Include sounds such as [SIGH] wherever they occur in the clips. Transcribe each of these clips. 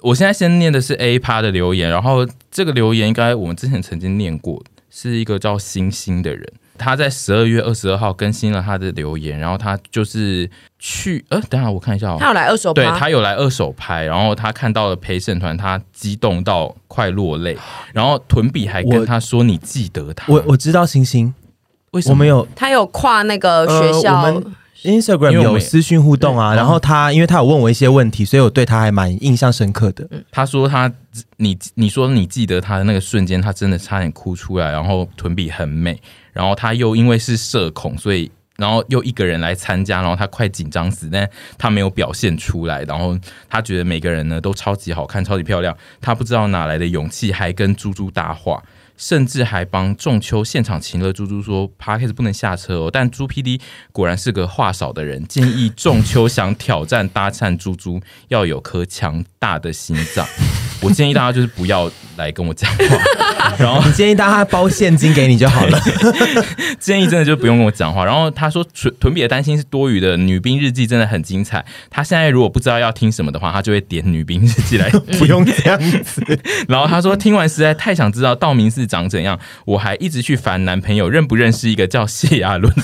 我现在先念的是 A 趴的留言，然后这个留言应该我们之前曾经念过，是一个叫星星的人，他在十二月二十二号更新了他的留言，然后他就是去呃，等一下我看一下哦，他有来二手对趴，他有来二手拍，然后他看到了陪审团，他激动到快落泪，然后屯比还跟我他说：“你记得他。我我知道星星，嗯为什么我们有他有跨那个学校，呃我们 Instagram 因为我有们私讯互动啊，对嗯然后他因为他有问我一些问题，所以我对他还蛮印象深刻的。他说他你你说你记得他的那个瞬间，他真的差点哭出来，然后臀比很美，然后他又因为是社恐，所以然后又一个人来参加，然后他快紧张死，但他没有表现出来，然后他觉得每个人呢都超级好看，超级漂亮，他不知道哪来的勇气，还跟猪猪搭话。甚至还帮仲秋现场情乐猪猪说 p a r k e 不能下车哦。但猪 PD 果然是个话少的人，建议仲秋想挑战搭讪猪猪， [LAUGHS] 要有颗强大的心脏。 [LAUGHS] 我建议大家就是不要来跟我讲话， [LAUGHS] 然后你建议大家包现金给你就好 [LAUGHS] 了。建议真的就不用跟我讲话。然后他说臀臀比的担心是多余的，女兵日记真的很精彩。他现在如果不知道要听什么的话，他就会点女兵日记来 [LAUGHS] 不用这样子，然后他说，听完实在太想知道道明寺长怎样，我还一直去烦男朋友认不认识一个叫谢亚伦的。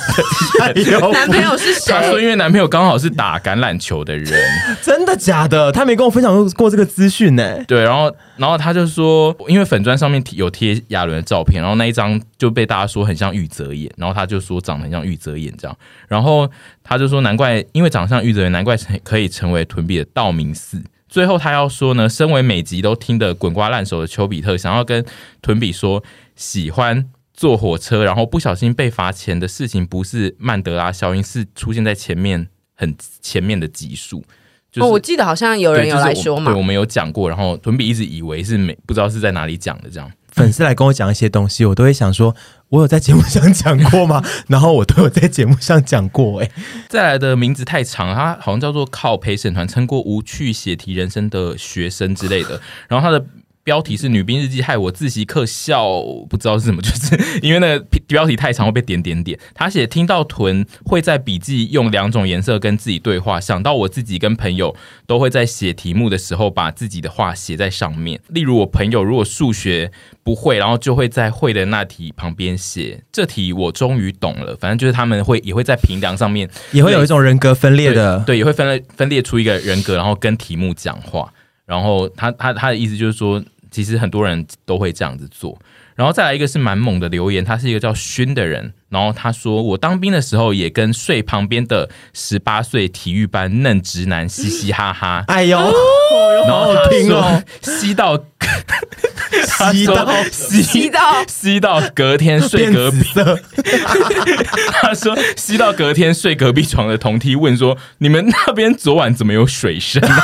哎呦男朋友是呃他说，谁？因为男朋友刚好是打橄榄球的人， [LAUGHS] 真的假的？他没跟我分享过这个资讯 [LAUGHS] 呢。对，然后然后他就说，因为粉砖上面贴有贴亚伦的照片，然后那一张就被大家说很像玉泽演，然后他就说长得很像玉泽演这样，然后他就说难怪，因为长相玉泽演，难怪成可以成为屯比的道明寺。最后他要说呢，身为每集都听得滚瓜烂熟的丘比特，想要跟屯比说，喜欢坐火车然后不小心被罚钱的事情，不是曼德拉效应，是出现在前面很前面的集数。就是、哦，我记得好像有对，人有就是来我说嘛对，我，们有讲过，然后屯比一直以为是没不知道是在哪里讲的这样。粉丝来跟我讲一些东西，我都会想说，我有在节目上讲 [LAUGHS] 过吗？然后我都有在节目上讲过、哎，再来的名字太长了，他好像叫做靠陪审团撑过无趣写题人生的学生之类的， [LAUGHS] 然后他的。标题是“女兵日记”，害我自习课笑，不知道是什么，就是 [LAUGHS] 因为那个标题太长会被点点点。他写听到臀会在笔记用两种颜色跟自己对话，想到我自己跟朋友都会在写题目的时候把自己的话写在上面。例如我朋友如果数学不会，然后就会在会的那题旁边写这题我终于懂了。反正就是他们会也会在评量上面也会有一种人格分裂的。对，也会分类分裂出一个人格，然后跟题目讲话。然后他他他的意思就是说，其实很多人都会这样子做。然后再来一个是蛮猛的留言，他是一个叫勋的人，然后他说我当兵的时候也跟睡旁边的十八岁体育班嫩直男嘻嘻哈哈，哎呦，哦然后他好听说 [LAUGHS] 哦吸到 [LAUGHS] 他吸说到吸吸到吸到隔天睡变隔壁紫，色，他说吸到隔天睡隔壁床的同梯问说：“你们那边昨晚怎么有水声啊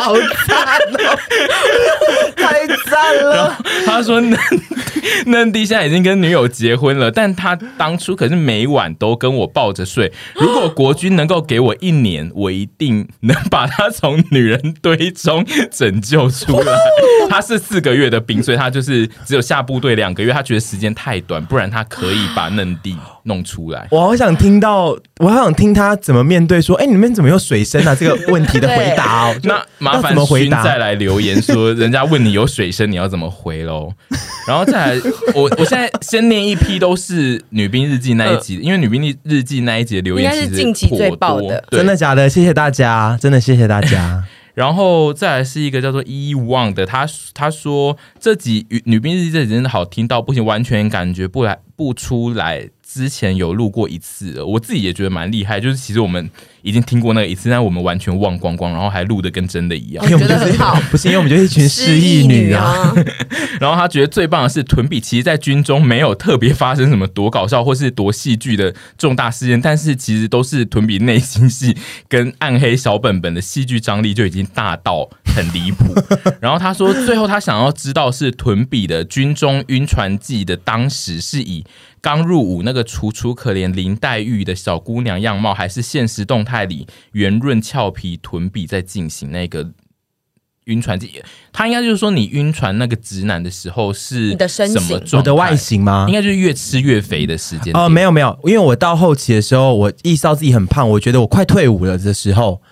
好惨 [LAUGHS] 哦，太赞了！？”他说：“嫩嫩弟现在已经跟女友结婚了，但他当初可是每晚都跟我抱着睡。如果国军能够给我一年，我一定能把他从女人堆中拯救出来。他是四个月的兵，所以他就是只有下部队两个月，他觉得时间太短，不然他可以把嫩弟弄出来。”，我好想听到，我好想听他怎么面对说，哎、你们怎么有水声啊？这个问题的回答哦那麻那烦怎么回勋答再来留言说，人家问你有水声，你要怎么回喽？然后再来，我我现在先念一批都是《女兵日记》那一集，因为《女兵日记》那一集的留言嗯应该其是实近期最颇爆多的对真的假的？谢谢大家，真的谢谢大家。然后再来是一个叫做伊旺的，他他说这集《女兵日记》这集真的好听到不行，完全感觉不来不出来。之前有录过一次了，我自己也觉得蛮厉害。就是其实我们已经听过那个一次，但我们完全忘光光，然后还录的跟真的一样我。觉得很好，不是因为我们就是一群失忆女啊，啊，然后他觉得最棒的是，屯比其实在军中没有特别发生什么多搞笑或是多戏剧的重大事件，但是其实都是屯比内心戏跟暗黑小本本的戏剧张力就已经大到很离谱。然后他说，最后他想要知道是屯比的军中晕船记的当时是以。刚入伍那个楚楚可怜林黛玉的小姑娘样貌，还是现实动态里圆润俏皮臀比在进行那个晕船记，他应该就是说你晕船那个直男的时候是你的身形什么状我的外形吗应？该就是越吃越肥的时间哦、点没有没有，因为我到后期的时候，我意识到自己很胖，我觉得我快退伍了的时候，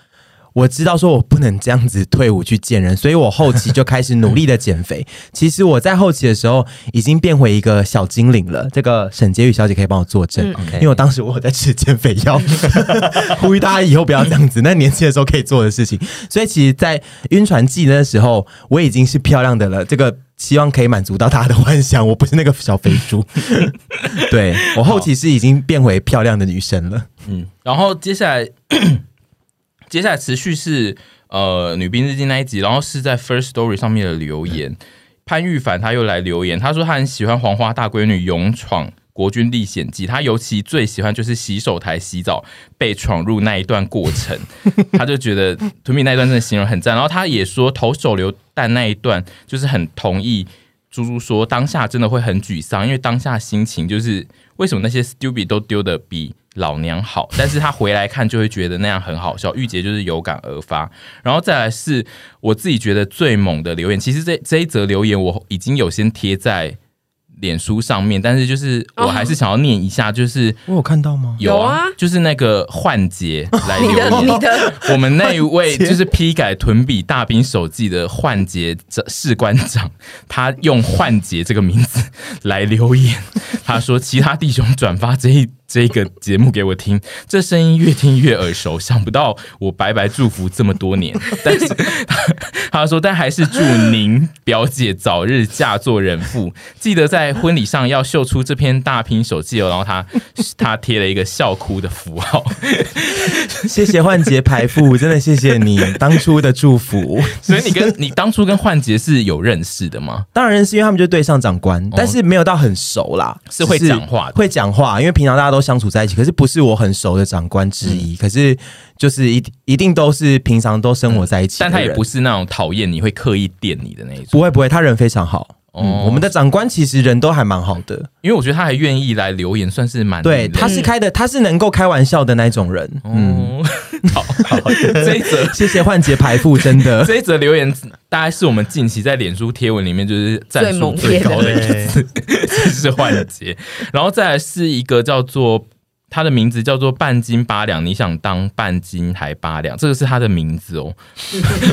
我知道说我不能这样子退伍去见人，所以我后期就开始努力的减肥。 [LAUGHS] 其实我在后期的时候已经变回一个小精灵了，这个沈婕妤小姐可以帮我作证， OK 因为我当时我有在吃减肥药， [LAUGHS] 呼吁大家以后不要这样子，那年轻的时候可以做的事情。所以其实，在晕船季那时候，我已经是漂亮的了，这个希望可以满足到大家的幻想，我不是那个小肥 [LAUGHS] 猪。对我后期是已经变回漂亮的女生了。嗯，然后接下来 [CLEARS THROAT] 接下来持续是呃女兵日记那一集，然后是在 First Story 上面的留言，潘玉凡他又来留言，他说他很喜欢黄花大闺女勇闯。国军历险记，他尤其最喜欢就是洗手台洗澡被闯入那一段过程， [LAUGHS] 他就觉得屯比那一段真的形容很赞。然后他也说投手榴弹那一段就是很同意猪猪说，当下真的会很沮丧，因为当下心情就是为什么那些 stupid 都丢的比老娘好， [LAUGHS] 但是他回来看就会觉得那样很好笑。玉洁就是有感而发，然后再来是我自己觉得最猛的留言，其实这这一则留言我已经有先贴在。脸书上面，但是就是我还是想要念一下，就是我有看到吗？有啊，有啊就是那个幻杰 [LAUGHS] 来 [LAUGHS] 留啊言，你的你的我们那一位就是批改屯比大兵手记的幻杰士官长，他用幻杰这个名字来留言，他说其他弟兄转发这一。这个节目给我听，这声音越听越耳熟，想不到我白白祝福这么多年。但是他说，但还是祝您表姐早日嫁做人妇。记得在婚礼上要秀出这篇大拼手记哦。然后他他贴了一个笑哭的符号，谢谢幻杰排富，真的谢 [LAUGHS] 谢你当初的祝福。所以你跟你当初跟幻杰是有认识的 [LAUGHS] 吗？当然是因为他们就是对上长官，但是没有到很熟啦，哦是会讲话的会讲话，因为平常大家都相处在一起，可是不是我很熟的长官之嗯一，可是就是一一定都是平常都生活在一起的但人、他也不是是那种讨厌你会刻意电你的那一种，不会不会，他人非常好。嗯，哦嗯我们的长官其实人都还蛮好的，因为我觉得他还愿意来留言，算是蛮对，令人他是开的，他是能够开玩笑的那种人。嗯，哦， [LAUGHS] 好，好这一则 [LAUGHS] 谢谢幻杰排富，真的。这一则留言大概是我们近期在脸书贴文里面就是赞最数猛最烈的高的一次，这是幻杰，然后再来是一个叫做。他的名字叫做半斤八两，你想当半斤还八两，这个是他的名字哦。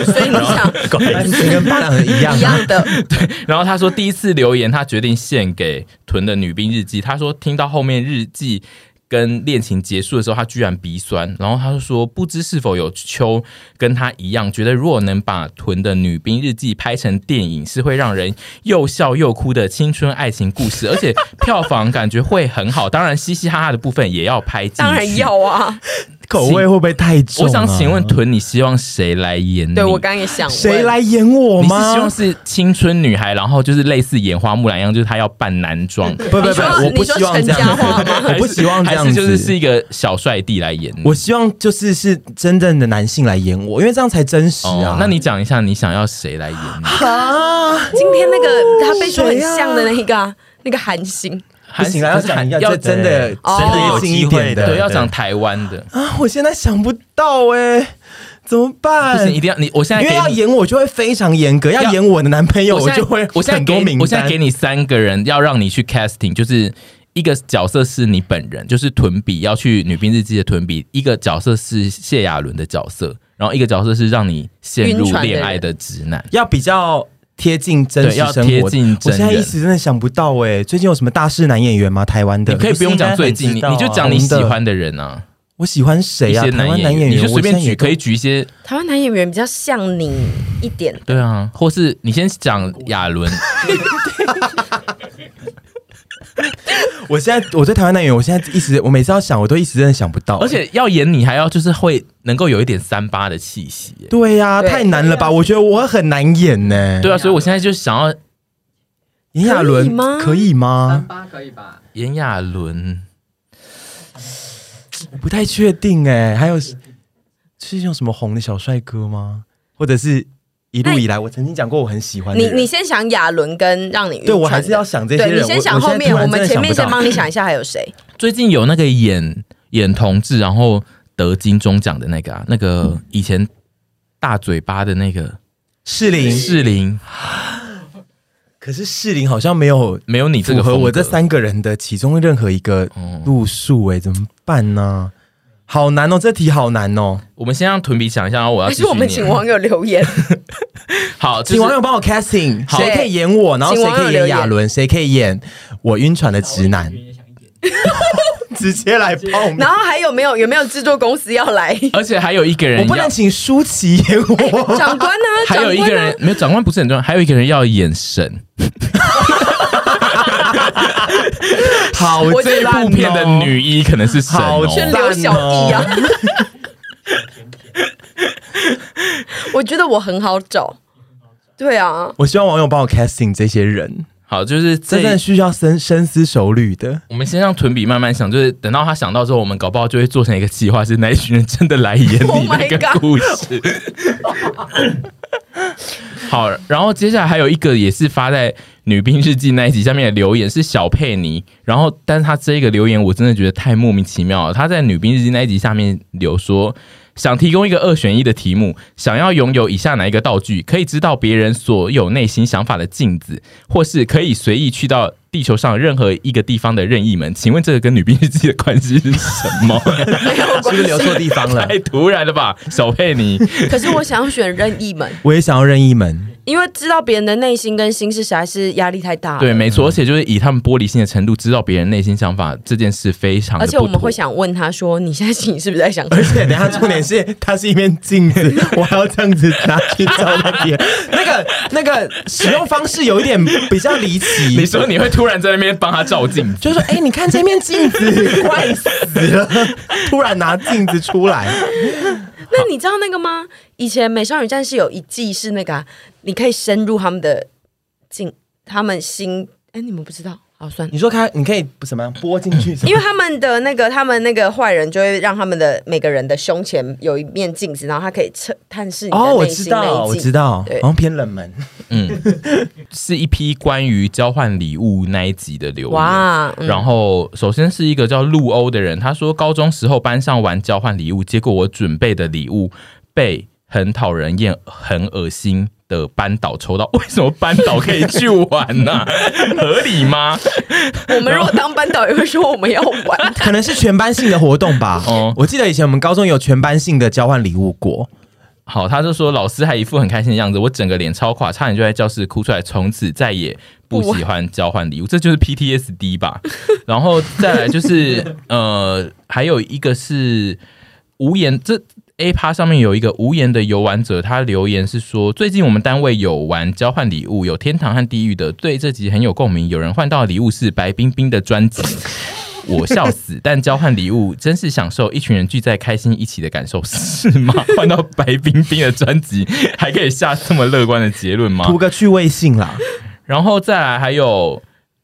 所以你想你 [LAUGHS] 跟巴朗一样一 [LAUGHS] 啊，样的，然后他说第一次留言，他决定献给屯的女兵日记。他说听到后面日记。跟恋情结束的时候，他居然鼻酸，然后他就说，不知是否有秋跟他一样，觉得如果能把屯的女兵日记拍成电影，是会让人又笑又哭的青春爱情故事，而且票房感觉会很好。当然，嘻嘻哈哈的部分也要拍进去。当然，要啊。嗯口味会不会太重、我啊？想请问，屯，你希望谁来演你？对我刚刚也想问，谁来演你我是希吗望？是青春女孩，然后就是类似演花木兰一样，就是她要扮男装， [LAUGHS] 不不你不，说我不你说希望这陈样嘉桦子，我不希望这还样子，是就是是一个小帅弟来演你？我希望就是是真正的男性来演我，因为这样才真实哦啊。那你讲一下你想要谁来演你？啊，今天那个他被说很像的那个啊那个韩星，不行啊，要讲一个要这真的哦真的有一对点的要讲台湾的，啊，我现在想不到哎、怎么不办行，？一定要你，我现在因为要给你。演我就会非常严格，要演我的男朋友我现在就会我现在很多给你名单。我现在给你三个人，要让你去 casting，就是一个角色是你本人，就是屯比要去女兵日记的屯比；一个角色是谢亚伦的角色，然后一个角色是让你陷入晕船的恋人爱的直男。要比较贴近真实对要生活的，贴近我真现在一人时真的想不到哎、最近有什么大势男演员吗？台湾的？你可以不用讲最近，你不是应该你就讲你很喜知道啊欢的人啊，我喜欢谁一啊？些台湾男演演员，你就随便我现在举，也都可以举一些，台湾男演员比较像你一点，对啊，或是你先讲亚伦，我现在我对台湾男演员，我现在一时我每次要想，我都一时真的想不 [LAUGHS] 到、而且要演你还要就是会能够有一点三八的气息耶，对呀、对太难了吧？我觉得我很难演呢、对啊，所以我现在就想要炎亚可纶以吗可以三吗？八可以吧？演亚伦，我不太确定哎、还有是用什么红的小帅哥吗？或者是一路以来我曾经讲过我很喜欢的你人你先想亚伦跟让你晕对我船还是的要想这些对人。你先想我后面，我我们现在突然真的前面想先不到帮你想一下还有谁？最近有那个演演同志然后得金钟奖的那个啊，那个以前大嘴巴的那个适龄林世林，可是适龄好像没有没有你这符个合风我格这三个人的其中任何一个哦路数哎、怎么办呢、好难哦，这题好难哦，我们先让屯比想一下，然后我要还继是哎续我们念请网友留言，好，就请网是友帮我 casting，好谁可以演我，然后请谁网友可以演留言亚伦，谁可以演我晕船的直男， [LAUGHS] 直接来报 [LAUGHS] 名然。后还有没有有没有制作公司要来？而且还有一个人我不要能请舒淇演我，长官啊呢？还有一个长官人呢，没有长官不是很重要，还有一个人要眼 [LAUGHS] 神。好我这觉一得赞部片的哦女一可能是神好哦，去刘小 [LAUGHS] 艺啊。我觉得我很好找，对啊， [LAUGHS] 我希望网友帮我 casting 这些人，好，就是真这正。需要深深思熟虑的。我们先让屯比慢慢想，就是等到他想到之后，我们搞不好就会做成一个计划，是那一群人真的来演 [LAUGHS] Oh 你 my 那个故事。好，然后接下来还有一个也是发在《女兵日记》那一集下面的留言是小佩妮，然后但是他这个留言我真的觉得太莫名其妙了。他在《女兵日记》那一集下面留说，想提供一个二选一的题目，想要拥有以下哪一个道具，可以知道别人所有内心想法的镜子，或是可以随意去到地球上任何一个地方的任意门？请问这个跟《女兵日记》的关系是什么？没有是不关是留错地方了？ [LAUGHS] 太突然了吧，小佩妮。可是我想要选任意门，我也想要任意门，因为知道别人的内心跟心事，实在是压力太大了。对，，没错，而且就是以他们玻璃心的程度，知道别人内心想法这件事非常的而且我们会想，想问他说：“你现在心里是不是 [LAUGHS] 在想什而么且等一下重点 [LAUGHS] 是它是一面镜子，我还要这样子拿去照那 [LAUGHS] 边，那个那个使用方式有一点比较离奇。你说你会突然在那边帮他照镜子，就是说，哎、你看这面镜 [LAUGHS] 子，怪死了！突然拿镜子出来，？”那你知道那个吗？以前《美少女战士》有一季是那个啊、你可以深入他们的进，他们心。哎，你们不知道，好算了。你说它，你可以什么拨进 [LAUGHS] 去什么？因为他们的那个，他们那个坏人就会让他们的每个人的胸前有一面镜子，然后他可以测探视你哦，的我内知心那一道，我镜知道，对好像偏冷门。，是一批关于交换礼物那一集的留言。哇，嗯然后，首先是一个叫陆欧的人，他说高中时候班上玩交换礼物，结果我准备的礼物被很讨人厌、很恶心的班导抽到。 [LAUGHS] 为什么班导可以去玩 [LAUGHS] 呢、合理吗？我们如果当班导也会说我们要玩可能是全班性的活动吧。哦 [LAUGHS] 哦，我记得以前我们高中有全班性的交换礼物过。好，他就说老师还一副很开心的样子，我整个脸超垮，差点就在教室哭出来，从此再也不喜欢交换礼物，这就是 PTSD 吧。然后再来就是呃，还有一个是无言这。A 趴上面有一个无言的游玩者，他留言是说：最近我们单位有玩交换礼物，有天堂和地狱的，对这集很有共鸣。有人换到的礼物是白冰冰的专辑， [LAUGHS] 我笑死！但交换礼物真是享受一群人聚在开心一起的感受，是吗？换到白冰冰的专辑，还可以下这么乐观的结论吗？图个趣味性啦，然后再来还有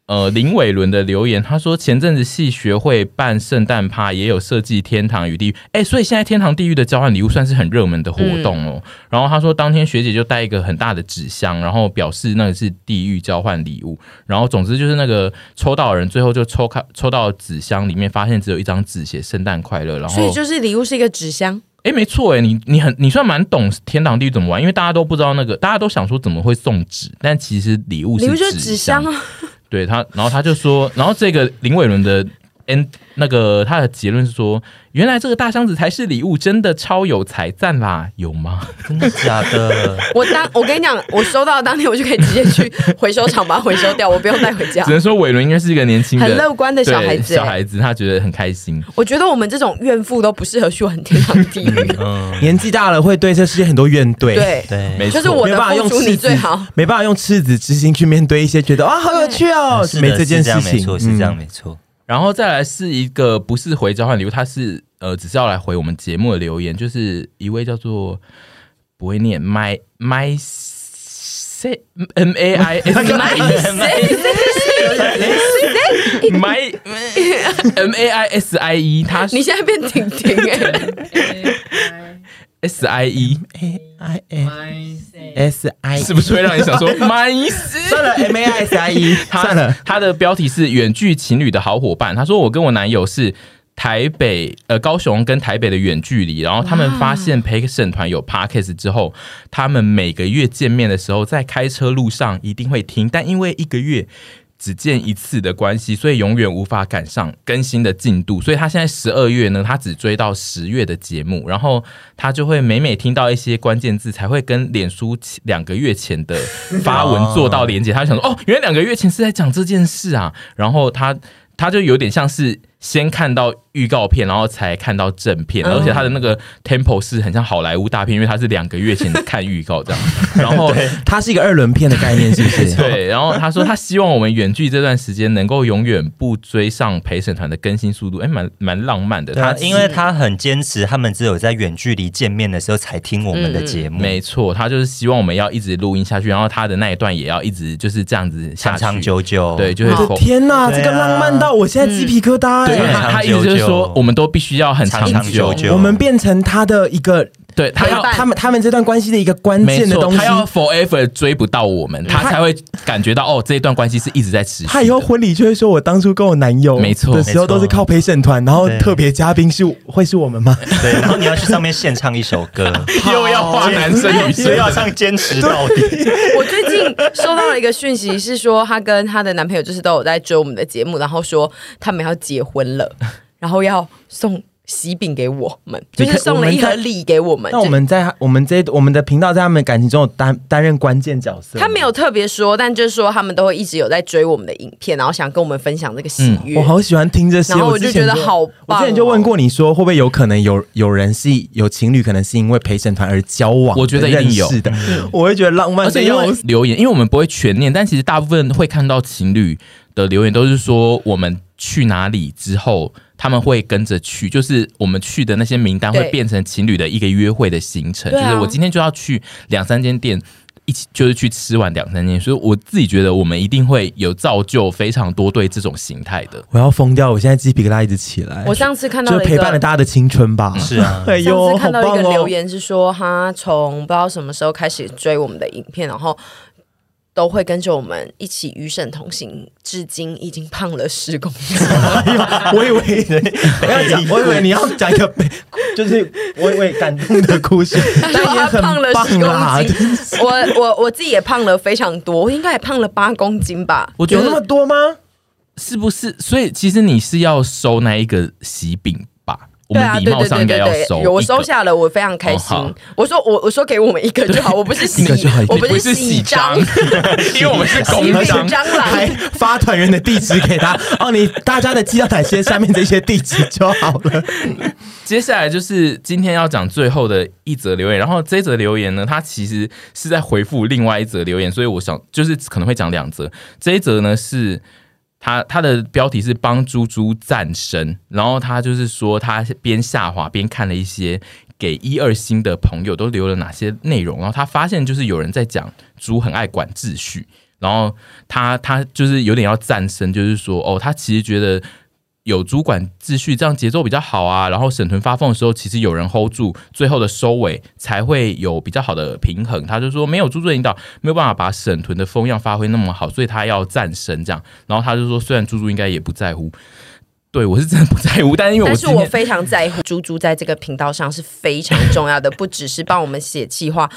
呃林伟伦的留言，他说前阵子系学会办圣诞趴，也有设计天堂与地狱，哎，所以现在天堂地狱的交换礼物算是很热门的活动嗯哦。然后他说当天学姐就带一个很大的纸箱，然后表示那个是地狱交换礼物。然后总之就是那个抽到的人最后就抽开抽到纸箱里面，发现只有一张纸写圣诞快乐，然哦后所以就是礼物是一个纸箱，哎，没错哎，你你很你算蛮懂天堂地狱怎么玩，因为大家都不知道那个，大家都想说怎么会送纸，但其实礼物是礼物就是纸箱啊，对他，然后他就说，然后这个林伟伦的 N 那个他的结论是说，原来这个大箱子才是礼物，真的超有才，赞啦，有吗？真啊的假的？我当我跟你讲，我收到的当天我就可以直接去回收厂把它回收掉，我不用带回 [LAUGHS] 家只。能说伟伦应该是一个年轻的、很乐观的小孩子对小孩子他觉得很开心。我觉得我们这种怨妇都不适合去玩天堂地 [LAUGHS] 狱。年纪大了会对这世界很多怨怼。对，对，没错就是我哦没的办法用付出赤你子最好。，没办法用赤子之心去面对一些觉得啊好有趣哦，是的没这件是样事没情错，是这样嗯没错。然后再来是一个不是回交换礼物，他是呃，只是要来回我们节目的留言，就是一位叫做不会念 my my say 嗯 m a i s my 嗯 m a i s i e，他你现在变婷婷哎， s i e 嗯 I S I E 是不是会让你想说 my [LAUGHS] 算了 M A I S I [LAUGHS] E 算了，他的标题是“远距情侣的好伙伴”。他说：“我跟我男友是台北呃高雄跟台北的远距离，然后他们发现陪审团有 podcast 之后，他们每个月见面的时候，在开车路上一定会听，但因为一个月。”只见一次的关系，所以永远无法赶上更新的进度。所以他现在十二月呢，他只追到十月的节目，然后他就会每每听到一些关键字，才会跟脸书前两个月前的发 [LAUGHS] 文做到连接。他就想说，哦，原来两个月前是在讲这件事啊。然后他他就有点像是先看到预告片，然后才看到正片，嗯而且他的那个 tempo 是很像好莱坞大片，因为他是两个月前看预告这样。然 [LAUGHS] 后它是一个二轮片的概念，是不是？ [LAUGHS] 对，然后他说他希望我们远距这段时间能够永远不追上陪审团的更新速度，哎，蛮蛮浪漫的。对啊他因为他很坚持，他们只有在远距离见面的时候才听我们的节目，没错，他就是希望我们要一直录音下去，然后他的那一段也要一直就是这样子下长去，长久久。 [LAUGHS] 对，就会我的否哦天哪，对这啊个浪漫到我现在鸡皮疙瘩对，因为哎！他他长一久直就是说久，我们都必须要很长长长久久我们变成他的一个，对啊他要陪伴他们他们这段关系的一个关没键的错，东西他。要 forever 追不到我们，他才会感觉到哦，这一段关系是一直在持续的。他以后婚礼就会说，我当初跟我男友没错的时候没错都是靠陪审团，然后对特别嘉宾是会是我们吗？对，然后你要去上面现唱一首 [LAUGHS] 歌， [LAUGHS] 又要画男生女生所以，哦要唱坚持到底。 [LAUGHS] 我最近收到了一个讯息，是说她跟她的男朋友就是都有在追我们的节目，然后说他们要结婚了，然后要送喜饼给我们，就你是看送了一我盒们在礼给我们。那我们在我们这我们的频道在他们感情中有担担任关键角色就吗，他没有特别说，但就是说他们都会一直有在追我们的影片，然后想跟我们分享这个喜悦。嗯我好喜欢听这些，然后我就之前觉得好我棒哦之前就问过你说，会不会有可能有有人是有情侣，可能是因为陪审团而交往？我觉得一定有嗯认识的，我会觉得浪漫而的且因要为死。留言，因为我们不会全念，但其实大部分会看到情侣的留言都是说我们去哪里之后，他们会跟着去，就是我们去的那些名单会对变成情侣的一个约会的行程，对啊就是我今天就要去两三间店。一起就是去吃完两三间，所以我自己觉得我们一定会有造就非常多对这种形态的。我要疯掉！我现在鸡皮疙瘩一直起来。我上次看到就了一个陪伴了大家的青春嗯吧。是啊哎上呦，次好看到棒一个留哦！言是说，他从不知道什么时候开始追我们的影片，然后都会跟着我们一起与沈同行，至今已经胖了十公斤。哎我以为 [LAUGHS] 我要讲，我以为你要讲一个被，就是我以为感动的故事，但也他很胖了十棒啊啦。公斤，我我我自己也胖了非常多，我应该也胖了八公斤吧。我觉有那么得多吗？是不是？所以其实你是要收那一个喜饼吧？我对啊，们礼对貌对上对应该对要对收一个，有我收下了，我非常开心哦好。我说我我说给我们一个就好，我不是喜一个就好，[LAUGHS] 我你不是喜喜章张， [LAUGHS] 因为我们是喜公哎章。饼蟑还螂。发团员的地址给他哦，你大家的寄到哪些下面这些地址就好了。接下来就是今天要讲最后的一则留言，然后这则留言呢，它其实是在回复另外一则留言，所以我想就是可能会讲两则。这一则呢是他他的标题是帮猪猪赞声，然后他就是说他边下滑边看了一些给一二星的朋友都留了哪些内容，然后他发现就是有人在讲猪很爱管秩序，然后他他就是有点要赞声，就是说哦，他其实觉得有主管秩序，这样节奏比较好啊。然后沈屯发疯的时候，其实有人 hold 住，最后的收尾才会有比较好的平衡。他就说没有猪猪引导，没有办法把沈屯的风样发挥那么好，所以他要战神这样。然后他就说，虽然猪猪应该也不在乎，对我是真的不在乎，但是因为我但是今我天非常在乎猪猪在这个频道上是非常重要的，不只是帮我们写企划。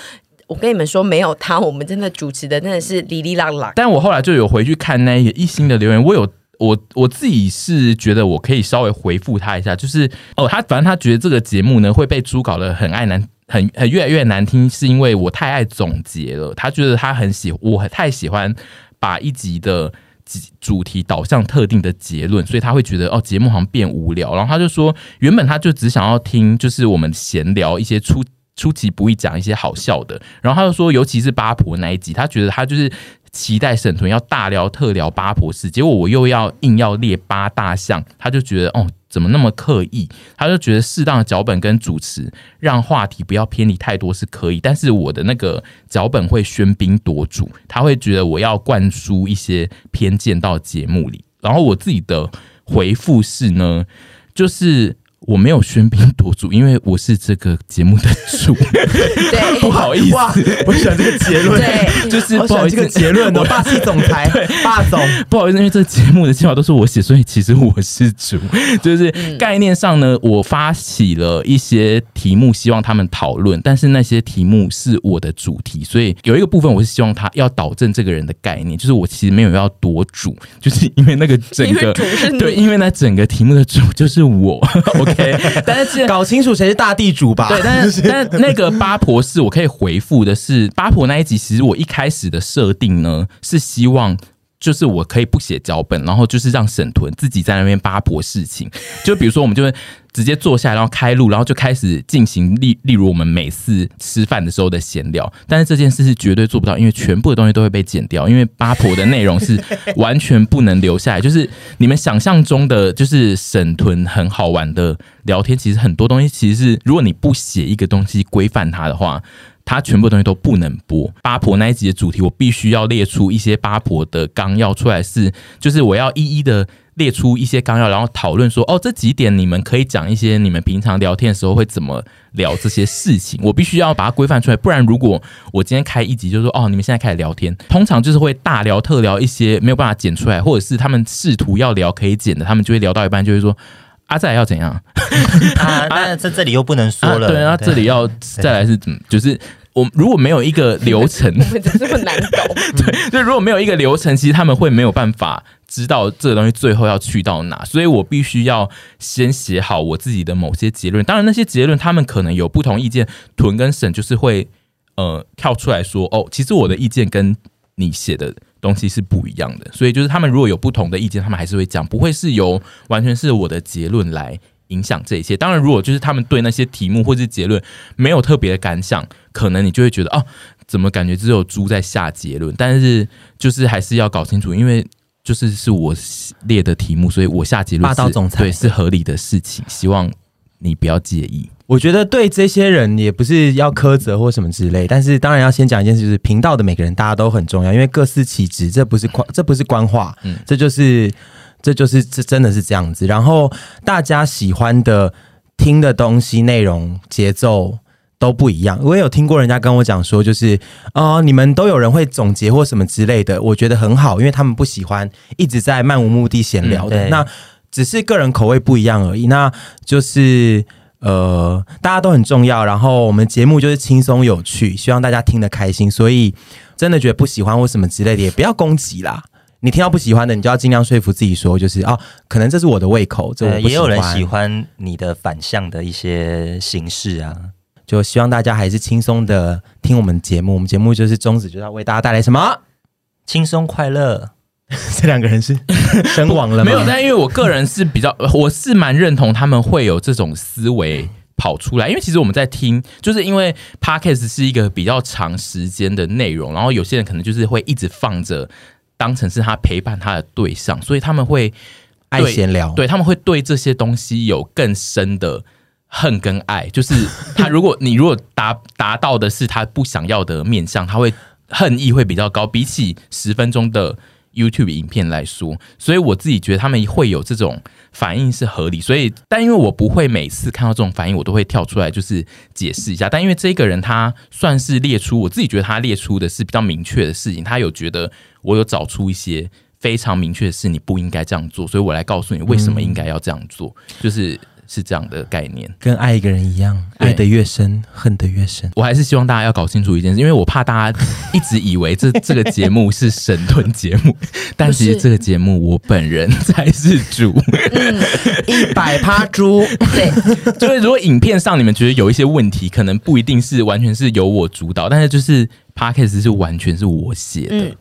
我跟你们说，没有他，我们真的主持的真的是哩哩啦啦。但我后来就有回去看那一一星的留言，我有我我自己是觉得我可以稍微回复他一下，就是哦，他反正他觉得这个节目呢会被猪搞得很爱难。很很越来越难听，是因为我太爱总结了。他觉得他很喜，我很太喜欢把一集的集主题导向特定的结论，所以他会觉得哦，节目好像变无聊。然后他就说，原本他就只想要听，就是我们闲聊一些出。出其不意讲一些好笑的，然后他就说，尤其是八婆那一集，他觉得他就是期待沈屯要大聊特聊八婆事，结果我又要硬要列八大项，他就觉得哦，怎么那么刻意？他就觉得适当的脚本跟主持，让话题不要偏离太多是可以，但是我的那个脚本会喧宾夺主，他会觉得我要灌输一些偏见到节目里。然后我自己的回复是呢，就是我没有喧宾夺主，因为我是这个节目的 [LAUGHS] 主，[LAUGHS] 对不好意思，哇，我喜欢这个结论，对就是我不喜好欢意思这个结论哦，我霸气总 [LAUGHS] 裁，霸总，不好意思，因为这节目的计划都是我写，所以其实我是 [LAUGHS] 主。嗯就是概念上呢，我发起了一些题目，希望他们讨论，但是那些题目是我的主题，所以有一个部分我是希望他要导正这个人的概念，就是我其实没有要夺主， [LAUGHS] 就是因为那个整因为个主是你对，因为那整个题目的主 [LAUGHS] 就是我。OK，但 [LAUGHS] 是既然搞清楚谁是大地主吧。对，但是但那个八婆是我可以回复的是，八婆那一集其实我一开始的设定呢是希望。就是我可以不写脚本，然后就是让沈屯自己在那边八婆事情。就比如说，我们就会直接坐下来，然后开录，然后就开始进行例例如我们每次吃饭的时候的闲聊。但是这件事是绝对做不到，因为全部的东西都会被剪掉，因为八婆的内容是完全不能留下来。就是你们想象中的，就是沈屯很好玩的聊天，其实很多东西其实是，如果你不写一个东西规范它的话，它全部东西都不能播。八婆那一集的主题，我必须要列出一些八婆的纲要出来是，就是我要一一的列出一些纲要，然后讨论说，哦，这几点你们可以讲一些你们平常聊天的时候会怎么聊这些事情。我必须要把它规范出来，不然如果我今天开一集就说，哦，你们现在开始聊天，通常就是会大聊特聊一些没有办法剪出来，或者是他们试图要聊可以剪的，他们就会聊到一半就会说。啊，再来要怎样？啊，那在这里又不能说了。啊、对，那这里要再来是怎么？就是我如果没有一个流程，我们怎么这么难搞？就如果没有一个流程，其实他们会没有办法知道这个东西最后要去到哪，所以我必须要先写好我自己的某些结论。当然，那些结论他们可能有不同意见，屯跟沈就是会呃跳出来说，哦，其实我的意见跟你写的东西是不一样的，所以就是他们如果有不同的意见，他们还是会讲，不会是由完全是我的结论来影响这一切。当然，如果就是他们对那些题目或是结论没有特别的感想，可能你就会觉得哦，怎么感觉只有猪在下结论？但是就是还是要搞清楚，因为。就是是我列的题目，所以我下结论霸是道总裁对是合理的事情，希望你不要介意。我觉得对这些人也不是要苛责或什么之类，但是当然要先讲一件事，就是频道的每个人大家都很重要，因为各司其职，这不是官，这不是官话，嗯这就是这就是这真的是这样子。然后大家喜欢的听的东西、内容、节奏。都不一样，我也有听过人家跟我讲说，就是哦，你们都有人会总结或什么之类的，我觉得很好，因为他们不喜欢一直在漫无目的闲聊嗯的。对那只是个人口味不一样而已。那就是呃，大家都很重要。然后我们节目就是轻松有趣，希望大家听得开心。所以真的觉得不喜欢或什么之类的，也不要攻击啦。你听到不喜欢的，你就要尽量说服自己说，就是哦，可能这是我的胃口，这我呃不也有人喜欢。欢你的反向的一些形式啊。就希望大家还是轻松的听我们节目。我们节目就是宗旨，就是要为大家带来什么？轻松快乐， [LAUGHS] 这两个 [LAUGHS] 人是身亡了吗？没有，但因为我个人是比较， [LAUGHS] 我是蛮认同他们会有这种思维跑出来，因为其实我们在听，就是因为 podcast 是一个比较长时间的内容，然后有些人可能就是会一直放着，当成是他陪伴他的对象，所以他们会爱对闲聊，对他们会对这些东西有更深的恨跟爱，就是他 [LAUGHS] 如果你如果达达到的是他不想要的面向，他会恨意会比较高，比起十分钟的 YouTube 影片来说，所以我自己觉得他们会有这种反应是合理，所以但因为我不会每次看到这种反应，我都会跳出来就是解释一下，但因为这个人他算是列出，我自己觉得他列出的是比较明确的事情，他有觉得我有找出一些。非常明确的是你不应该这样做，所以我来告诉你为什么应该要这样做，就是是这样的概念。跟爱一个人一样，对爱得越深，恨得越深。我还是希望大家要搞清楚一件事，因为我怕大家一直以为这 [LAUGHS] 这个节目是神盾节目，但其实这个节目我本人才是主。 [LAUGHS] 一百趴猪，对，就是如果影片上你们觉得有一些问题，可能不一定是完全是由我主导，但是就是 podcast 是完全是我写的，嗯